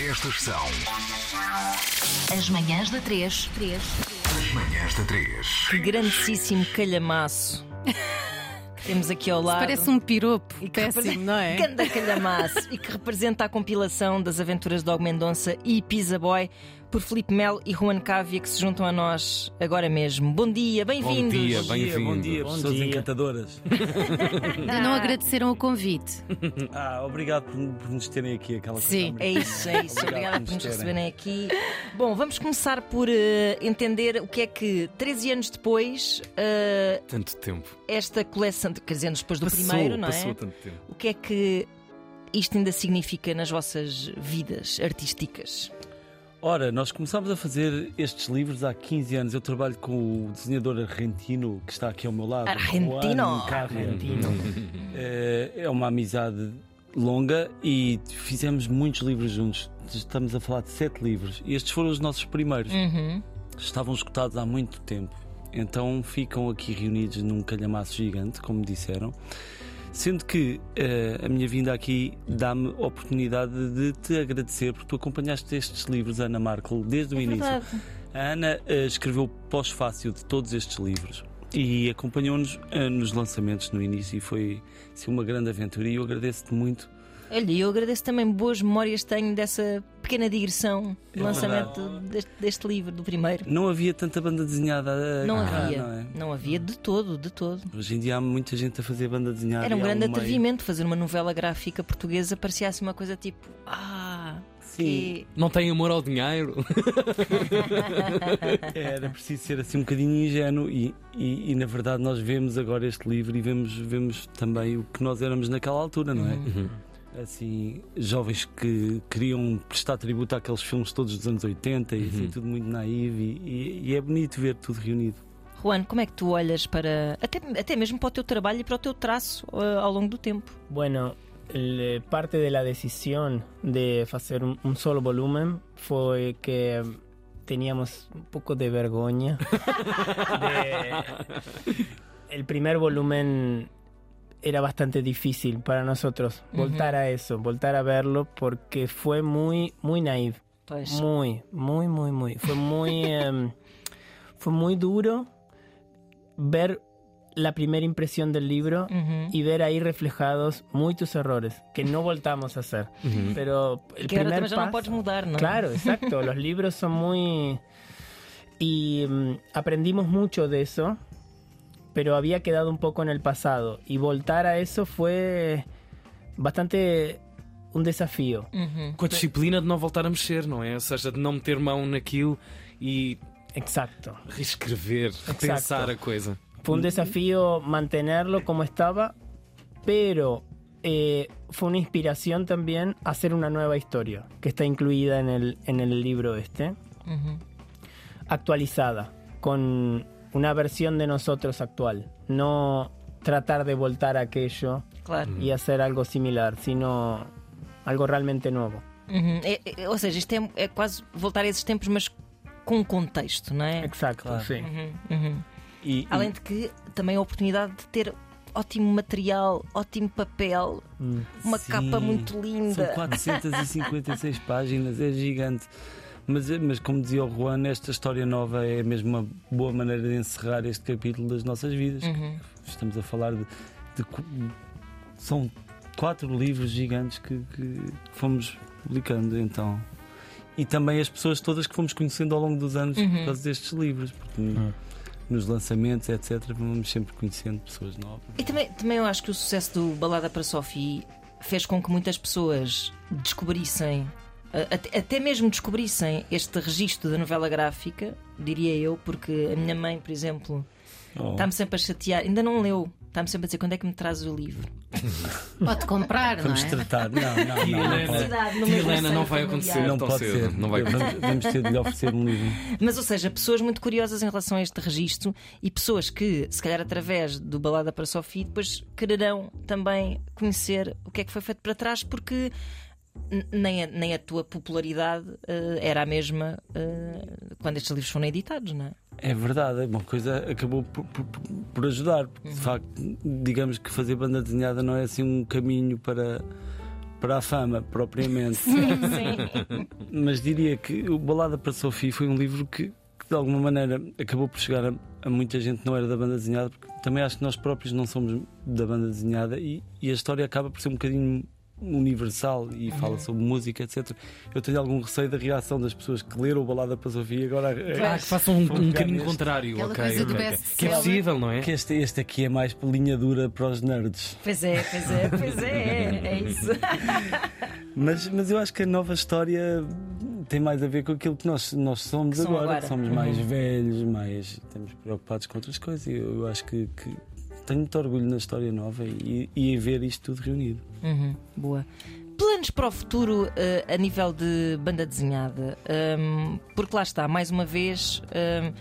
Estas são As manhãs da 3. as manhãs da 3. grandíssimo calhamaço que temos aqui ao lado. Parece um piropo E que representa- péssimo, não é? Ganda calhamaço e que representa a compilação das aventuras de Og Mendonça e Pisa Boy por Felipe Mel e Juan Cávia que se juntam a nós agora mesmo. Bom dia, Bom bem-vindos. dia, Bom dia, bem-vindo. bom dia, pessoas dia. encantadoras. Ainda não agradeceram o convite. Ah, obrigado por, por nos terem aqui aquela coisa. Sim, É americana. isso, é isso. Obrigada por nos terem. receberem aqui. Bom, vamos começar por eh, entender o que é que 13 anos depois eh, Tanto tempo. esta coleção, 13 anos depois do passou, primeiro, não é? passou tanto tempo. O que é que isto ainda significa nas vossas vidas artísticas? Ora, nós começámos a fazer estes livros há 15 anos. Eu trabalho com o desenhador argentino que está aqui ao meu lado. Argentino. Juan Carria. Eh, É uma amizade longa e fizemos muitos livros juntos. Estamos a falar de sete livros. E estes foram os nossos primeiros. Estavam escutados há muito tempo. Então ficam aqui reunidos num calhamaço gigante, como disseram. Sendo que eh, a minha vinda aqui dá-me a oportunidade de te agradecer porque tu acompanhaste estes livros, Ana Markel, desde o início. A Ana eh, escreveu pós-fácil de todos estes livros e acompanhou-nos eh, nos lançamentos no início e foi assim, uma grande aventura. E eu agradeço-te muito. Olha, eu agradeço também boas memórias tenho dessa pequena digressão do É lançamento deste, deste livro, do primeiro. Não havia tanta banda desenhada. eh, Não cá, havia, não é? não havia de todo, de todo. Hoje em dia há muita gente a fazer banda desenhada. Era um e há grande meio- atrevimento fazer uma novela gráfica portuguesa, parecia assim uma coisa tipo, ah, Sim, que- Não tem amor ao dinheiro. era preciso ser assim um bocadinho ingênuo e, e, e, na verdade nós vemos agora este livro e vemos, vemos também o que nós éramos naquela altura, não é? Uhum. Assim, jovens que queriam prestar tributo àqueles filmes todos dos anos 80 e Uhum. assim, tudo muito naive e, e- e é bonito ver tudo reunido. Juan, como é que tu olhas para até, até mesmo para o teu trabalho e para o teu traço eh, ao longo do tempo? Bueno, le- parte de la decisión de hacer un, un solo volumen fue que teníamos un poco de vergüenza. de- el primer volumen era bastante difícil para nosotros voltar a eso, voltar a verlo, porque fue muy, muy naive. Pois. Muy, muy, muy, muy. Fue muy, em, fue muy duro ver la primera impresión del libro Uhum. y ver ahí reflejados muchos errores que no voltamos a hacer. Pero el Que agora primer também já não paso- podes mudar, não é? Claro, exacto. los libros son muy... Y mm, aprendimos mucho de eso, pero había quedado un poco en el pasado. Y voltar a eso fue bastante un desafío. Uhum. Com a disciplina de não voltar a mexer, não é? Ou seja, de não meter mão naquilo e Exacto. reescrever, repensar a coisa. Fue un desafío mantenerlo como estaba, pero eh, fue una inspiración también hacer una nueva historia que está incluida en el, en el libro este, Uhum. actualizada, con una versión de nosotros actual. No tratar de voltar a aquello Claro. y hacer algo similar, sino algo realmente nuevo. Uhum. É- é- ou seja, isto é, é quase voltar a esses tempos, mas com contexto, não é? Exacto, Claro. sí. Uhum, uhum. E, Além de que também a oportunidade de ter ótimo material, ótimo papel, uma Hum. Sim. capa muito e são linda. 456 páginas, é gigante. Mas, eh, mas como dizia o Juan, esta história nova é mesmo uma boa maneira de encerrar este capítulo das nossas vidas. Hum. Uhum. Estamos a falar de. de co- são quatro livros gigantes que, que fomos publicando, então. E também as pessoas todas que fomos conhecendo ao longo dos anos Uhum. por causa destes livros, porque nos lançamentos, etc., vamos sempre conhecendo pessoas novas. E também, também eu acho que o sucesso do Balada para Sophie fez com que muitas pessoas descobrissem, eh, até, até mesmo descobrissem este registro da novela gráfica, diria eu, porque a minha mãe, por exemplo, Oh. Tá, está-me sempre a chatear, ainda não leu, está-me sempre a dizer quando é que me trazes o livro. Pode comprar, não Vamos é? tratar. Não, não, não, não, Helena. pode. Cidade, no Tia mesmo Helena, não seio vai familiar. acontecer. Não Tão pode cedo, ser. não vai vamos, vamos ter de lhe oferecer um livro. Mas, ou seja, pessoas muito curiosas em relação a este registro e pessoas que, se calhar através do Balada para Sofia, depois quererão também conhecer o que é que foi feito para trás, porque n- nem a, nem a tua popularidade eh, era a mesma eh, quando estes livros foram editados, não é? É verdade, uma coisa acabou por, por- por ajudar, porque de facto, digamos que fazer banda desenhada não é assim um caminho para, para a fama, propriamente. Sim. mas diria que o Balada para Sophie foi um livro que, que, de alguma maneira acabou por chegar a, a muita gente que não era da banda desenhada, porque também acho que nós próprios não somos da banda desenhada e, e a história acaba por ser um bocadinho universal e fala sobre música, etc. Eu tenho algum receio da reação das pessoas que leram o Balada para Sofia agora. Ah, que façam um, um caminho contrário. Aquela ok, coisa do ok, ok. best Que é seller. possível, não é? Que este, este aqui é mais linha dura para os nerds. Pois é, pois é, pois é, é isso. Mas, mas eu acho que a nova história tem mais a ver com aquilo que nós, nós somos Que são agora. agora. que Somos mais velhos, mais. estamos preocupados com outras coisas. E eu acho que, que tenho muito orgulho na história nova e, e em ver isto tudo reunido. Uhum, boa. Planos para o futuro eh, a nível de banda desenhada? Ahm, porque lá está, mais uma vez, ahm,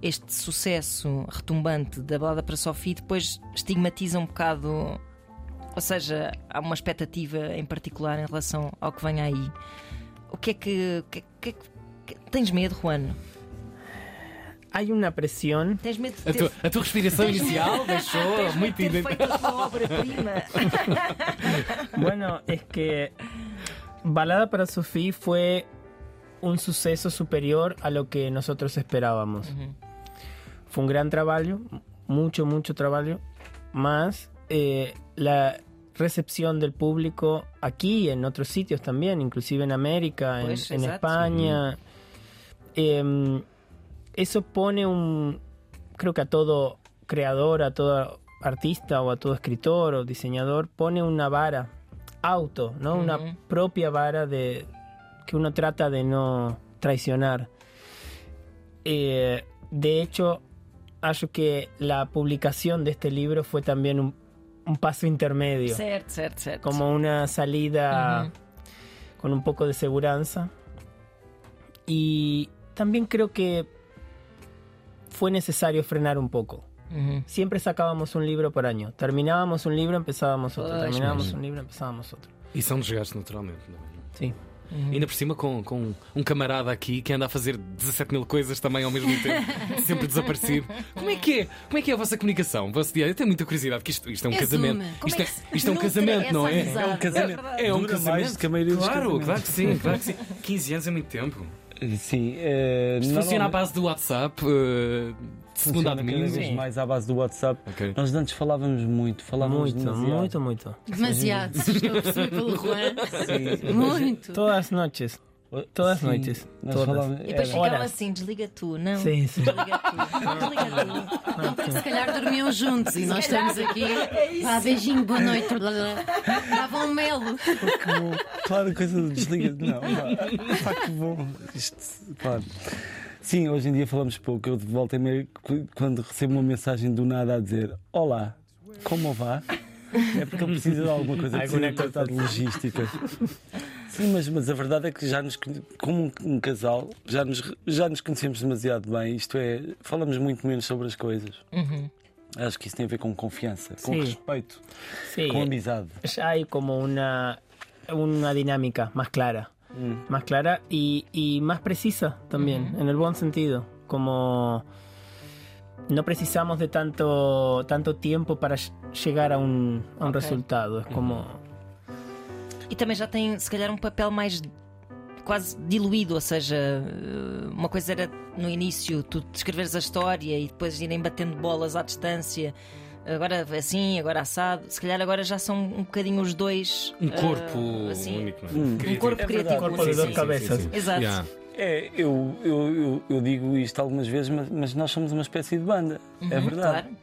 este sucesso retumbante da balada para Sophie depois estigmatiza um bocado. Ou seja, há uma expectativa em particular em relação ao que vem aí. O que é que. o que- o que é que- que- tens medo, Juan? Hay una presión Tens medo de A ter, tua, a tua respiração inicial deixou tens medo de muito ter ident... feito a tua obra-prima? Bueno, es que Balada para Sofía fue un suceso superior a lo que nosotros esperábamos. Fue un gran trabajo, mucho, mucho trabajo, más eh, la recepción del público aquí y en otros sitios también, inclusive en América, en- Pues, en, exacto. España. Em, eso pone un, creo que a todo creador, a todo artista o a todo escritor o diseñador, pone una vara auto, ¿no? Una propia vara de que uno trata de no traicionar. Eh, de hecho, acho que la publicación de este libro fue también un, un paso intermedio, certo, certo, certo. como una salida con un poco de seguridad. Y también creo que fue necesario frenar un poco. Uhum. Siempre sacábamos un libro por año. Terminábamos un libro, empezábamos otro. Ay, Terminábamos un libro, empezábamos otro. E são desgastes, naturalmente. Não é? Sí. Ainda por cima com, com um camarada aqui que anda a fazer 17 mil coisas também ao mesmo tempo, sempre desaparecido. Como é que é? Como é que é a vossa comunicação? O vosso dia? Eu tenho muita curiosidade, que isto, isto é um É casamento. Zoom. Como Isto é que é, se isto é um nutre casamento, essa não é? amizade? É um casamento. É um Dura mais casamento. que a maioria dos claro, casamentos. claro que sim, claro que sim. 15 anos é muito tempo. Sim, eh, Isto funciona à base do WhatsApp, eh, de segunda a domingo. mais à base do WhatsApp. Ok. Nós antes falávamos muito, falávamos Muito, demasiado. muito, muito. Demasiado. Estou a perceber pelo Juan. Sim. Muito. Então Todas noches. Todas Sim, noites. Nós Todas. falávamos, é, E depois era- ficavam Horas. assim, desliga tu, não? Sí, sí. Desliga tu, desliga tu. Não, porque se calhar dormiam juntos e nós estamos aqui. É isso. Vá, beijinho, boa noite. blá, blá, blá. Davam melo. Como, claro, coisa do desliga. Não, pá, pá, que bom. Isto, claro. Sim, hoje em dia falamos pouco. Eu de volta e meia, cu- quando recebo uma mensagem do nada a dizer Olá, como vá? É porque ele precisa de alguma coisa, precisa de um tratar de logística. Sim, mas, mas a verdade é que já nos, conhe- como um, um casal, já nos, re- já nos conhecemos demasiado bem. Isto é, falamos muito menos sobre as coisas. Acho que isso tem a ver com confiança, com Sim. É. respeito, Sí. com amizade. Ya pues hay como una, una dinámica más clara. Mm. Más clara y, y más precisa también, en el buen sentido. Como no precisamos de tanto, tanto tiempo para ll- llegar a un, a un resultado. Es como. E também já tem, se calhar, um papel mais quase diluído, ou seja, eh, uma coisa era no início tu descreveres a história e depois irem batendo bolas à distância. Agora assim, agora assado. Se calhar agora já são um bocadinho os dois. Um Ah, eh, corpo assim. único, não é? Um Criativo. corpo criativo. verdade. Corpo de sim, duas sim, cabeças. sim. Exato. Yeah. É, eu, eu, eu, eu digo isto algumas vezes, mas, mas nós somos uma espécie de banda. é verdade. Uhum, claro.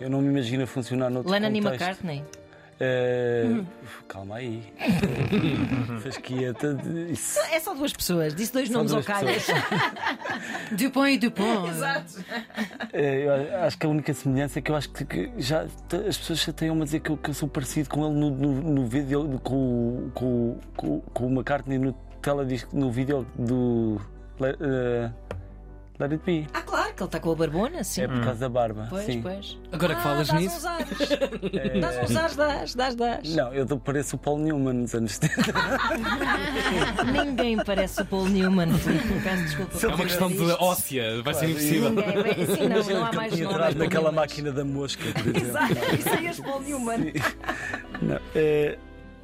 Eu não me imagino a funcionar noutro Lennon e contexto. McCartney. Eh, Uhum. Calma aí. Faz quieta. de- Isso. É só duas pessoas, disse dois São nomes ao duas calho. Dupont e Dupont. Eh, eu acho que a única semelhança é que eu acho que, que já t- as pessoas chateiam-me a dizer que eu, que eu sou parecido com ele no, no, no vídeo do- com, o- com, o- com, o- com o McCartney no teledisco, no vídeo do Let, eh, Let It Be. Ah, claro, que ele está com a barbona, sim. É por causa da barba. Pois, sim. pois. Ah, Agora é que falas dás nisso. Uns ares. Dás uns ares, dás, dás, dás. Não, eu dou- pareço o Paul Newman nos anos 70. Ninguém parece o Paul Newman, Filipe. Peço É desculpa. uma questão de óssea, vai ser impossível. Ninguém, bem, é, sim, não, não há mais Tinha não há atrás mais é Paul Newmans. daquela máquina da mosca, por exemplo. Exato, isso aí és Paul Newman. Não, eh,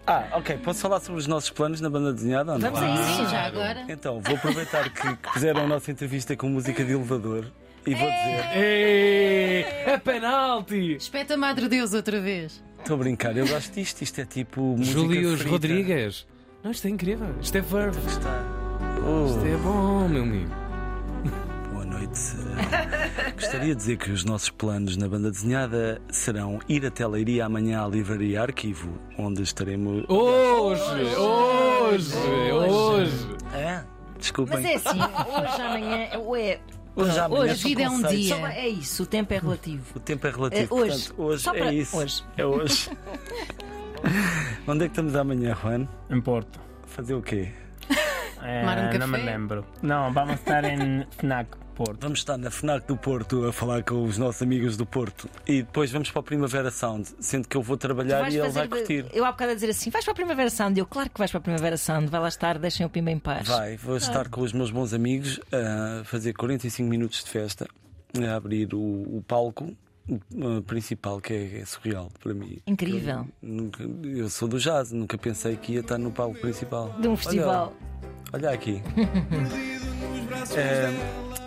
Ah, ok, posso falar sobre os nossos planos na banda desenhada ou não? Vamos a isso já agora. Então, vou aproveitar que que fizeram a nossa entrevista com música de elevador e vou É. dizer. Ei, é penalti! Espeta Madre Deus outra vez. Estou a brincar, eu gosto disto, isto é tipo. música Július frita. Rodrigues. Não, isto é incrível. Isto é verbo. Está. Oh. Isto é bom, meu amigo. Boa noite. Gostaria de dizer que os nossos planos na banda desenhada serão ir até Leiria amanhã à Livraria Arquivo, onde estaremos. Oh. Hoje, hoje, hoje. É? Desculpem. Mas é assim, hoje, amanhã, ou é. Hoje, amanhã, hoje, são vida é um conceitos. dia. só- É isso, o tempo é relativo. O tempo é relativo. É hoje. Portanto, hoje Só é para- isso. hoje. É hoje. Onde é que estamos amanhã, Juan? En Porto. Fazer o quê? Eh, Tomar un café. no me lembro. No, vamos a estar en Fnac Porto. Vamos estar na FNAC do Porto a falar com os nossos amigos do Porto e depois vamos para o Primavera Sound, sendo que eu vou trabalhar Vais e ele fazer um vai de- curtir. Eu há bocado a dizer assim: vais para a Primavera Sound. Eu, claro que vais para a Primavera Sound, vai lá estar, deixem o Pimba em paz. Vai, vou estar Ah. com os meus bons amigos a fazer 45 minutos de festa, a abrir o, o palco uh, principal, que é, é surreal para mim. Incrível. Nunca- eu sou do jazz, nunca pensei que ia estar no palco principal. De um Olha, festival. Olha aqui. Eh,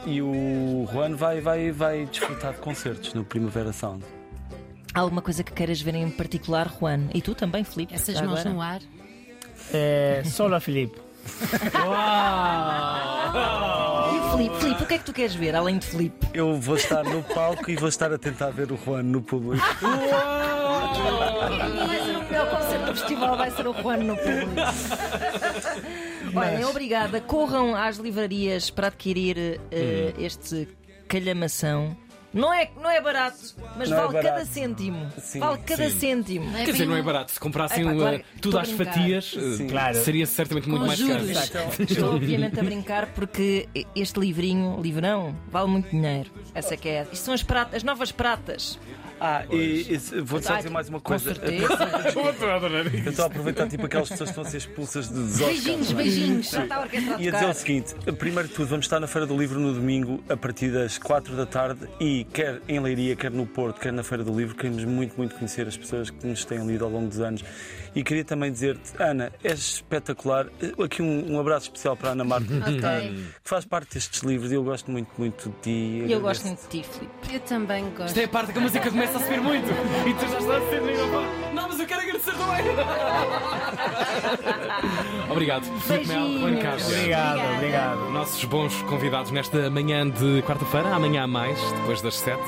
e o Juan vai, vai, vai desfrutar de concertos no Primavera Sound. Há alguma coisa que queiras ver em particular, Juan? E tu também, Filipe? Essas já mãos agora? no ar. Eh, solo a Filipe. E Filipe, Filipe, o que é que tu queres ver além de Filipe? Eu vou estar no palco e vou estar a tentar ver o Juan no público. Vai ser o melhor concerto do festival, vai ser o Juan no público. Olha, obrigada. Corram às livrarias para adquirir Hum. eh, este calhamação. Não é, não é barato, mas Não é vale cada barato. cêntimo. Sim, vale cada cêntimo. Quer dizer, não é um- barato. Se comprassem Epá, uh, claro, tudo estou a às brincar. fatias, uh, Claro. seria certamente muito Com mais juros. caro. Exato. Estou obviamente a brincar porque este livrinho, livrão, vale muito dinheiro. Essa é que é. Isto são as, pratas, as novas pratas. Ah, e, e vou só Ai, dizer mais uma coisa. Com certeza. Eu estou a aproveitar tipo aquelas pessoas que estão a ser expulsas de dos Oscars, Beijinhos, não é? beijinhos. Já está a orquestra a E a dizer o tocar. seguinte: primeiro de tudo, vamos estar na Feira do Livro no domingo, a partir das 4 da tarde, e quer em Leiria, quer no Porto, quer na Feira do Livro, queremos muito, muito conhecer as pessoas que nos têm lido ao longo dos anos. E queria também dizer-te, Ana, és espetacular. Aqui um, um abraço especial para a Ana Marta, que, está- que faz parte destes livros, e eu gosto muito, muito de ti. E eu agradeço-te. gosto muito de ti, Filipe. Eu também gosto. Isto é a parte que a música começa a subir muito. E tu já estás a ser meio opa. Não, mas eu quero agradecer também. Obrigado. Filipe Melo, Juan Castro. Obrigado, obrigado. Nossos bons convidados nesta manhã de quarta-feira. Amanhã há mais, depois das sete.